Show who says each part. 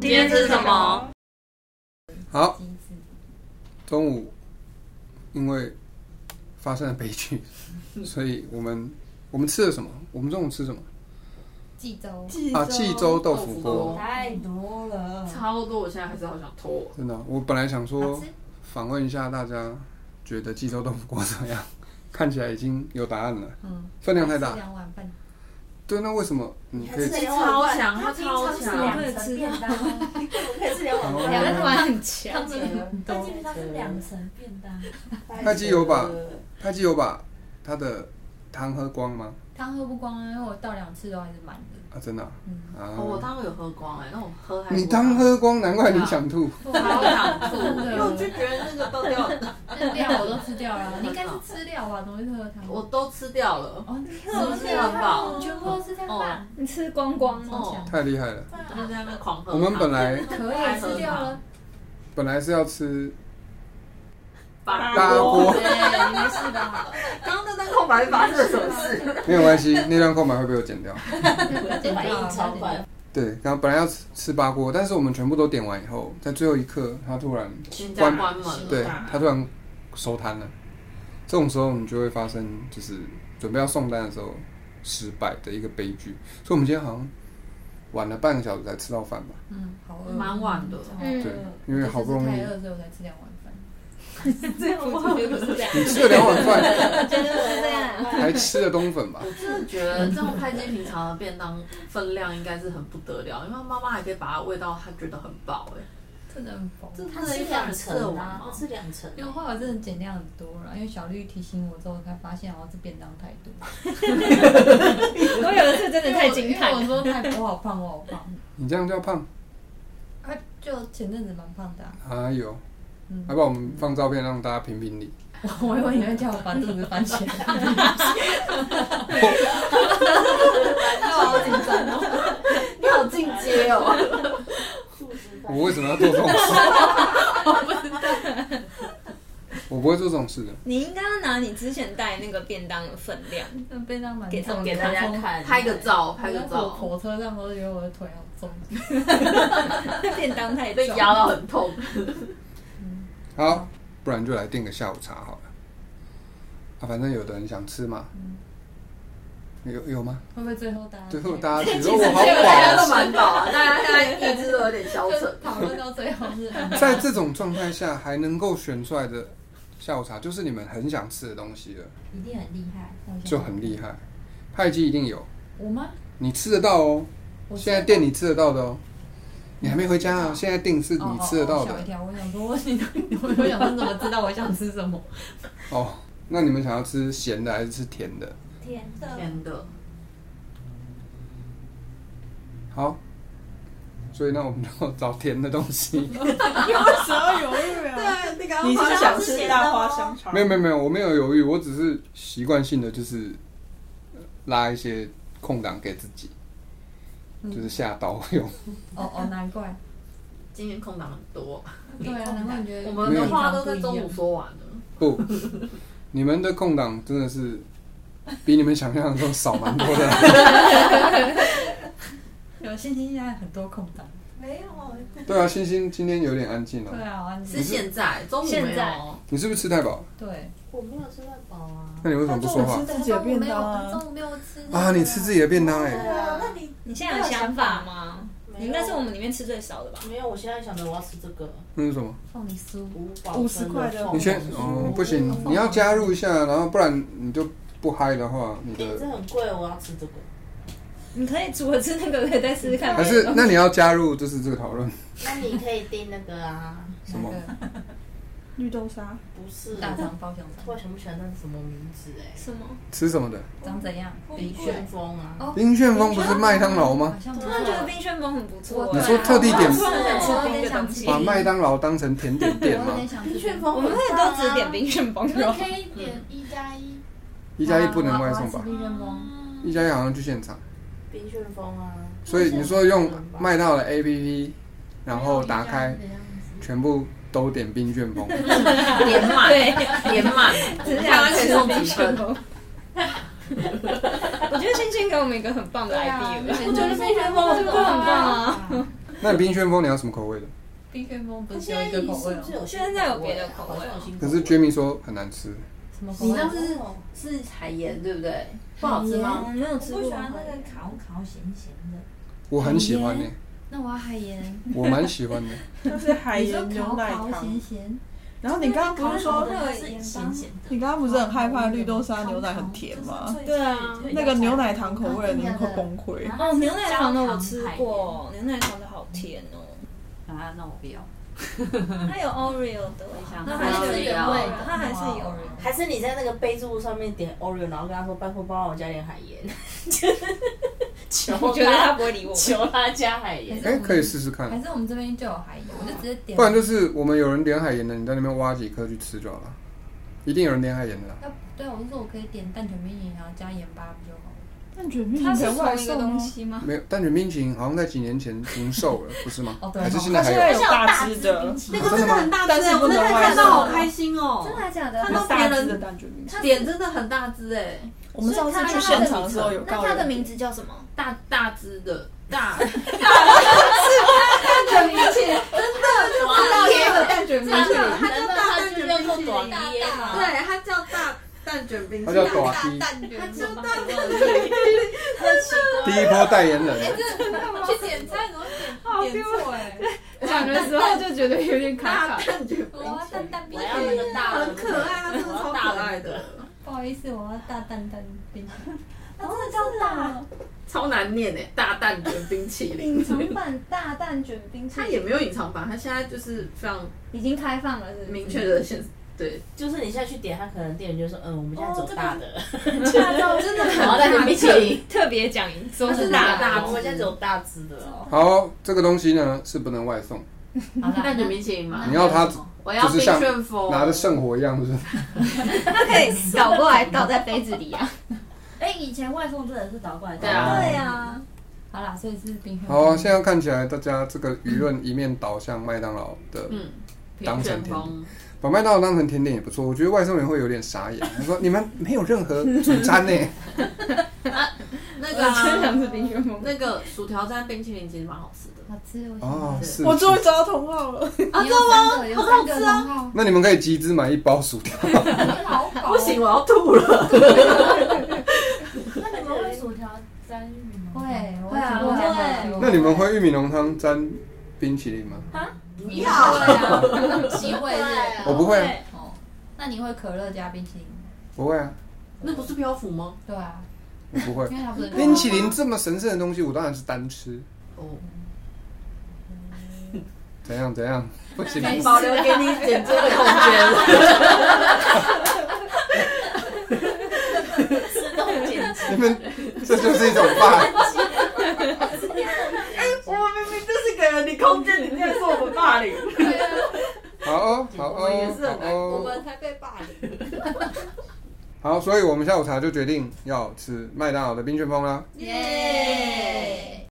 Speaker 1: 今天吃什么？
Speaker 2: 好，中午因为发生了悲 剧，所以我们我们吃了什么？我们中午吃什么？
Speaker 3: 济州
Speaker 2: 啊，济州豆腐锅。
Speaker 3: 太多了，
Speaker 1: 超多，我现在还是好想偷。
Speaker 2: 真的啊、我本来想
Speaker 3: 好
Speaker 2: 说
Speaker 3: 吃
Speaker 2: 访问一下大家，觉得济州豆腐锅怎么样？ 看起来已经有答案了，
Speaker 3: 嗯，
Speaker 2: 分量太大。
Speaker 3: 两碗半，
Speaker 2: 对，那为什么你可
Speaker 4: 吃
Speaker 2: 以吃？
Speaker 4: 两
Speaker 1: 超强，它超
Speaker 4: 超
Speaker 1: 强
Speaker 4: 强，
Speaker 3: 两层便当，
Speaker 4: 可以吃两碗
Speaker 2: 哦
Speaker 4: 饭，
Speaker 3: 两碗很强，
Speaker 4: 它基本上是两层便当。
Speaker 2: 那鸡油吧他既有把他的汤喝光吗？
Speaker 3: 汤喝不光啊，因为我倒两次都还是满
Speaker 2: 啊，
Speaker 3: 的，
Speaker 2: 真的啊
Speaker 3: 嗯，
Speaker 1: 哦我
Speaker 2: 啊！
Speaker 1: 当然有喝光哎，那我喝还
Speaker 2: 你汤喝光，难怪你想吐。
Speaker 1: 超想 吐，
Speaker 3: 真的
Speaker 1: 因为我就觉得那个都掉，
Speaker 3: 那料我都吃掉了，你应该是吃料吧，怎么会喝 汤？
Speaker 1: 我都吃掉了，
Speaker 3: 哦，你
Speaker 1: 是不是很饱？
Speaker 3: 全部都吃掉
Speaker 1: 哦
Speaker 3: 饭，你吃光光
Speaker 1: 哦
Speaker 2: 太厉害了！
Speaker 1: 我就在那边狂喝
Speaker 2: 我
Speaker 1: 汤。
Speaker 2: 们本来
Speaker 1: 嗯
Speaker 3: 可以吃掉了，
Speaker 2: 本来是要吃
Speaker 1: 八
Speaker 2: 大锅，
Speaker 3: 对，没事吧？
Speaker 1: 刚刚那段空白发生了什么事？
Speaker 2: 没有关系，那段空白会被我剪掉。
Speaker 4: 反应超快，
Speaker 2: 对，然后本来要吃吃八锅，但是我们全部都点完以后，在最后一刻，他突然
Speaker 1: 全家关门，
Speaker 2: 对他突然收摊了。这种时候，你就会发生就是准备要送单的时候失败的一个悲剧。所以，我们今天好像晚了半个小时才吃到饭吧？
Speaker 3: 嗯，好饿，
Speaker 1: 蛮晚的
Speaker 3: 嗯，
Speaker 2: 对，因为好不容
Speaker 3: 就是
Speaker 2: 易
Speaker 3: 太饿，所以我才吃两碗饭，
Speaker 1: 这样我觉得是这样。
Speaker 2: 你吃了两碗饭，
Speaker 3: 真的是这样。
Speaker 2: 还吃了冬粉吧？
Speaker 1: 我真的觉得这种太基平常的便当分量应该是很不得了，因为妈妈还可以把它喂到她觉得很饱哎、
Speaker 3: 真的很疯。
Speaker 4: 它是两层啊，它是两层。
Speaker 3: 因为后来我真的减量很多了，因为小绿提醒我之后，才发现好像是便当太多。
Speaker 5: 我有一次真的太惊
Speaker 3: 因为
Speaker 5: 叹，
Speaker 3: 我说太我好胖，我好胖。
Speaker 2: 你这样叫胖？
Speaker 3: 啊，就前阵子蛮胖的、啊，
Speaker 2: 哎呦
Speaker 3: 嗯，
Speaker 2: 要不然我们放照片让大家评评理。
Speaker 3: 我我以为你会叫我把肚子翻起来，那我好紧张哦。
Speaker 1: 你好进阶哦！
Speaker 2: 我为什么要做这种 事？我不会做这种事的。
Speaker 5: 你应该要拿你之前带那个便当的分量
Speaker 3: 那便当蛮
Speaker 5: 给
Speaker 3: 重的
Speaker 5: 给大家，看，
Speaker 1: 拍个照，拍个
Speaker 3: 我
Speaker 1: 照，
Speaker 3: 火车上都觉得我的腿好重。
Speaker 5: 便当太重
Speaker 1: 被，压到很痛。
Speaker 2: 好，不然就来订个下午茶好了。啊，反正有的人想吃嘛。有有吗？
Speaker 3: 会不会最后大家
Speaker 2: 最后大家觉得
Speaker 3: 嗯 其实
Speaker 2: 我好
Speaker 3: 这个
Speaker 1: 大家
Speaker 2: 饱
Speaker 1: 都蛮饱啊，大家现在意志都有点消沉
Speaker 3: 就。讨论到最后 是
Speaker 2: 哦，在这种状态下还能够选出来的下午茶，就是你们很想吃的东西了，
Speaker 3: 一定很厉害，
Speaker 2: 就很厉害。派基一定有，
Speaker 3: 我吗？
Speaker 2: 你吃得到哦。
Speaker 3: 我
Speaker 2: 现在店里吃得到的哦。你还没回家啊？现在订是你吃得到的
Speaker 3: 哦吓我一跳，我想说， 我你我想说，怎么知道我想吃什么？
Speaker 2: 哦。那你们想要吃咸的还是吃甜的？
Speaker 4: 甜的，
Speaker 1: 甜的，
Speaker 2: 好，所以那我们就找甜的东西。
Speaker 6: 啊
Speaker 5: 啊
Speaker 1: 对，那个
Speaker 6: 你是想
Speaker 4: 吃
Speaker 6: 吃
Speaker 4: 大
Speaker 6: 大
Speaker 4: 花
Speaker 5: 哦
Speaker 4: 香
Speaker 6: 花香肠？
Speaker 2: 没有没有没有，我没有犹豫，我只是习惯性的就是呃拉一些空档给自己，就是下刀用。
Speaker 3: 哦哦，难怪，
Speaker 1: 今天空档很多，
Speaker 3: 对啊，难怪你觉得
Speaker 1: 我们的话都在中午说完了。
Speaker 2: 不，你们的空档真的是比你们想象中少蛮多的。
Speaker 3: 有星星现在很多空档，
Speaker 4: 没有，
Speaker 2: 对啊，星星今天有点安静了、哦
Speaker 3: 对啊，安
Speaker 1: 是现在，中午没
Speaker 5: 现在
Speaker 1: 有。
Speaker 2: 你是不是吃太饱？
Speaker 3: 对，
Speaker 4: 我没有吃到饱啊。
Speaker 2: 那你为什么不说话
Speaker 6: 吃自己的便当
Speaker 3: 中
Speaker 6: 啊？
Speaker 3: 午没有吃
Speaker 2: 啊？你吃自己的便当哎、
Speaker 4: 对啊，那你
Speaker 5: 你现在有想法吗？你应该是我们里面吃最少的吧？
Speaker 4: 没有？我现在想着我要吃这个
Speaker 2: 那是什么？
Speaker 3: 凤梨酥，
Speaker 4: 五宝
Speaker 6: 50块的
Speaker 2: 你先哦，不行，你要加入一下，然后不然你就不嗨的话，你
Speaker 4: 这
Speaker 2: 的
Speaker 4: 很贵，我要吃这个。
Speaker 5: 你可以除了吃那个，可以再试试看
Speaker 2: 还
Speaker 5: 别
Speaker 2: 是
Speaker 5: 的东西。
Speaker 2: 那你要加入就是这个讨论
Speaker 4: 那你可以订那个啊，
Speaker 2: 什么？
Speaker 6: 绿豆沙，
Speaker 4: 不是
Speaker 3: 大肠包小肠，
Speaker 4: 我想不起来那是什么名字哎，
Speaker 5: 什么？
Speaker 2: 吃什么的？
Speaker 3: 长怎样？
Speaker 4: 林旋风啊。
Speaker 2: 林旋风不是麦当劳吗
Speaker 3: 好？像不
Speaker 5: 突
Speaker 3: 是
Speaker 5: 然觉得冰旋风很不错。
Speaker 2: 你说特地点
Speaker 5: 突然想吃冰的东西，
Speaker 2: 把麦当劳当成甜点店
Speaker 3: 我有
Speaker 2: 吗
Speaker 3: 点？想吃
Speaker 5: 我们可以都只点冰旋风
Speaker 7: 你
Speaker 5: 就
Speaker 7: 们
Speaker 5: 好。
Speaker 7: 可以点一加一，
Speaker 2: 一加一不能外送吧
Speaker 3: 我要吃？啊冰旋风，
Speaker 2: 一加一好像去现场，
Speaker 4: 冰旋风啊，
Speaker 2: 所以你说用麦当劳的 APP，然后打开
Speaker 7: 没有一加一的样子
Speaker 2: 全部都点冰旋 风，
Speaker 1: 点满，点满，
Speaker 5: 只
Speaker 1: 台
Speaker 5: 想
Speaker 1: 湾可以
Speaker 5: 吃
Speaker 1: 送
Speaker 5: 冰
Speaker 1: 几分？
Speaker 5: 旋风。我觉得冰健给我们一个很棒的
Speaker 7: 对
Speaker 5: idea，、
Speaker 7: 啊
Speaker 5: 我觉得冰旋风这个很棒啊。
Speaker 2: 那你冰旋风你要什么口味的？
Speaker 3: 冰旋风不
Speaker 4: 它
Speaker 3: 是只
Speaker 4: 现
Speaker 3: 有
Speaker 4: 在
Speaker 3: 一个
Speaker 4: 是不是有新口
Speaker 3: 口味哦，
Speaker 4: 味啊
Speaker 5: 现在有别的口味啊
Speaker 4: 好像有新口
Speaker 2: 可
Speaker 4: 味
Speaker 2: 是 Jamie 说很难吃，
Speaker 3: 什么口味？
Speaker 1: 你上次是海盐对不对？不好吃吗？
Speaker 5: 我没有吃
Speaker 4: 我
Speaker 5: 过
Speaker 4: 不喜欢那个卡通卡通咸咸的，
Speaker 2: 我很喜欢呢、
Speaker 5: 那我要海盐，
Speaker 2: 我蛮喜 欢的。
Speaker 6: 就是海
Speaker 3: 你说
Speaker 6: 盐牛
Speaker 3: 烤
Speaker 6: 奶
Speaker 3: 烤
Speaker 6: 糖。
Speaker 3: 咸咸，
Speaker 6: 然后你刚刚不是说，
Speaker 5: 那个
Speaker 7: 盐
Speaker 5: 咸咸的。
Speaker 6: 你刚刚不是很害怕绿豆沙牛奶很甜吗？
Speaker 5: 对啊，
Speaker 6: 那个牛奶糖口味的你会崩溃。
Speaker 5: 哦，牛奶糖的我吃过，牛奶糖的好甜哦。
Speaker 1: 啊，那我不要。
Speaker 5: 它有 Oreo 的
Speaker 1: 想，
Speaker 5: 它还是有原味的，它还是有 Oreo。
Speaker 4: 还是你在那个备注上面点 Oreo，然后跟他说拜托帮我加点海盐， 求
Speaker 5: 我觉得它
Speaker 4: 他
Speaker 5: 不会理我们。
Speaker 4: 求他加海盐。
Speaker 2: 哎、可以试试看
Speaker 3: 还。是我们这边就有海盐，我就直接点。
Speaker 2: 不然就是我们有人点海盐的，你在那边挖几颗去吃就好了。一定有人点海盐的啦。
Speaker 3: 要对啊，我就说我可以点蛋卷冰淇淋，然后加盐巴不就好了？
Speaker 6: 但卷面
Speaker 5: 它是
Speaker 6: 才外
Speaker 5: 同一个
Speaker 6: 送
Speaker 5: 东
Speaker 6: 吗？
Speaker 5: 西吗？
Speaker 2: 没有，蛋卷冰淇淋好像在几年前停售了，不是吗？
Speaker 3: 哦对
Speaker 2: 还是
Speaker 3: 哦
Speaker 2: 现在
Speaker 6: 它
Speaker 2: 还
Speaker 6: 现
Speaker 2: 有？
Speaker 6: 在有大只
Speaker 7: 冰
Speaker 6: 的，
Speaker 7: 淇
Speaker 1: 那
Speaker 7: 淋
Speaker 1: 个真的很大
Speaker 6: 但
Speaker 1: 只、欸，
Speaker 6: 是
Speaker 1: 我
Speaker 6: 不
Speaker 1: 那
Speaker 6: 能
Speaker 1: 天
Speaker 6: 外
Speaker 1: 看到
Speaker 6: 送
Speaker 1: 好开心哦、
Speaker 3: 真的还假的？
Speaker 1: 看
Speaker 6: 有
Speaker 1: 到
Speaker 6: 大只的蛋卷冰淇淋。
Speaker 1: 点真的很大只哎、
Speaker 6: 我们上次去现场的时候有告
Speaker 5: 那它的
Speaker 6: 人，
Speaker 5: 名字叫什么？
Speaker 1: 大大只的 大，
Speaker 3: 蛋卷 冰淇淋，真的
Speaker 1: 哇
Speaker 3: 大只的蛋卷冰淇淋。
Speaker 1: 它叫大蛋卷冰淇淋，
Speaker 4: 短衣嘛，
Speaker 1: 对，它叫大蛋卷冰淇
Speaker 2: 它
Speaker 1: 淋
Speaker 2: 叫，短一，
Speaker 1: 它叫大蛋
Speaker 2: 第一波代言人。
Speaker 3: 去点菜怎么点点错哎？
Speaker 5: 讲的时候就觉得有点卡卡。
Speaker 1: 蛋卷
Speaker 3: 我要蛋蛋冰
Speaker 4: 我
Speaker 3: 淇
Speaker 4: 要
Speaker 3: 淋，
Speaker 4: 那个大的，
Speaker 1: 很可爱，它真的超可爱的，
Speaker 3: 不好意思，我要大蛋蛋冰淇淋。它真的叫大，
Speaker 1: 超难念哎、大蛋卷冰淇淋
Speaker 3: 隐。藏版大蛋卷冰淇
Speaker 1: 它
Speaker 3: 淋，
Speaker 1: 也没有隐藏版，它现在就是非常
Speaker 3: 已经开放了，是不是
Speaker 1: 明确。的现，对，
Speaker 4: 就是你现在去点，他可能店员就说，嗯，我们现在走大的，
Speaker 5: 哦
Speaker 1: 真的
Speaker 4: 然后在
Speaker 1: 很
Speaker 4: 你
Speaker 1: 大
Speaker 4: 冰淇淋，
Speaker 5: 特别讲都
Speaker 1: 是
Speaker 5: 是
Speaker 1: 大
Speaker 5: 大
Speaker 1: 大
Speaker 4: 我
Speaker 5: 的
Speaker 4: 们现在走大只的哦，
Speaker 2: 好，这个东西呢是不能外送，
Speaker 1: 蛋卷冰淇淋嘛
Speaker 2: 你，要它
Speaker 1: 我要
Speaker 2: 就是
Speaker 1: 冰
Speaker 2: 像
Speaker 1: 旋风，
Speaker 2: 拿着圣火一样，就是
Speaker 3: 它可以倒过来倒在杯子里啊。
Speaker 7: 哎，以前外送真的是倒过来的
Speaker 1: 对啊
Speaker 3: 对呀。好啦，所以是冰
Speaker 2: 好啊。现在看起来大家这个舆论一面倒向麦当劳的，
Speaker 1: 嗯，
Speaker 2: 当
Speaker 1: 冰
Speaker 2: 成
Speaker 1: 旋
Speaker 2: 甜
Speaker 1: 风。
Speaker 2: 把麦当劳当成甜点也不错。我觉得外送员会有点傻眼，他说你们没有任何主餐呢、
Speaker 1: 那
Speaker 5: 我
Speaker 1: 个、啊、
Speaker 5: 是冰旋风。
Speaker 1: 那个薯条蘸冰淇淋其实蛮好吃的。
Speaker 3: 好吃，我喜
Speaker 2: 哦
Speaker 3: 欢，吃。
Speaker 2: 是。
Speaker 6: 我终于
Speaker 2: 是
Speaker 6: 找到同号了。
Speaker 1: 啊
Speaker 3: 你有三个有三个
Speaker 1: 真的吗
Speaker 3: 同号
Speaker 2: 那你们可以集资买一包薯条，
Speaker 3: 好饱哦
Speaker 1: 不行，我要吐了。
Speaker 7: 那你们会薯条沾玉米
Speaker 3: 会
Speaker 7: 吗？，
Speaker 3: 我
Speaker 1: 会啊
Speaker 3: 只不过还没有
Speaker 2: 那你们会玉米浓汤沾冰淇淋吗？
Speaker 1: 不
Speaker 3: 对啊，机会 是。
Speaker 2: 我不会啊，
Speaker 3: 哦，那你会可乐加冰淇淋？
Speaker 2: 不会啊，
Speaker 1: 那不是漂浮吗？
Speaker 3: 对啊，
Speaker 2: 我 不会
Speaker 3: 因。为它不是
Speaker 2: 冰淇淋这么神圣的东西，我当然是单吃。
Speaker 1: 哦，
Speaker 2: 怎样怎 样？不行，
Speaker 1: 保留给你减罪的空间。
Speaker 4: 自动减脂，
Speaker 2: 你们这就是一种霸
Speaker 1: 我明明就是给了你空间，你竟然说我们霸凌，
Speaker 2: 好哦，好
Speaker 1: 我们也
Speaker 2: 哦，
Speaker 1: 是很难
Speaker 2: 好
Speaker 1: 过，
Speaker 2: 哦，
Speaker 1: 才被霸凌。
Speaker 2: 好，所以我们下午茶就决定要吃麦当劳的冰旋风啦。
Speaker 3: 耶。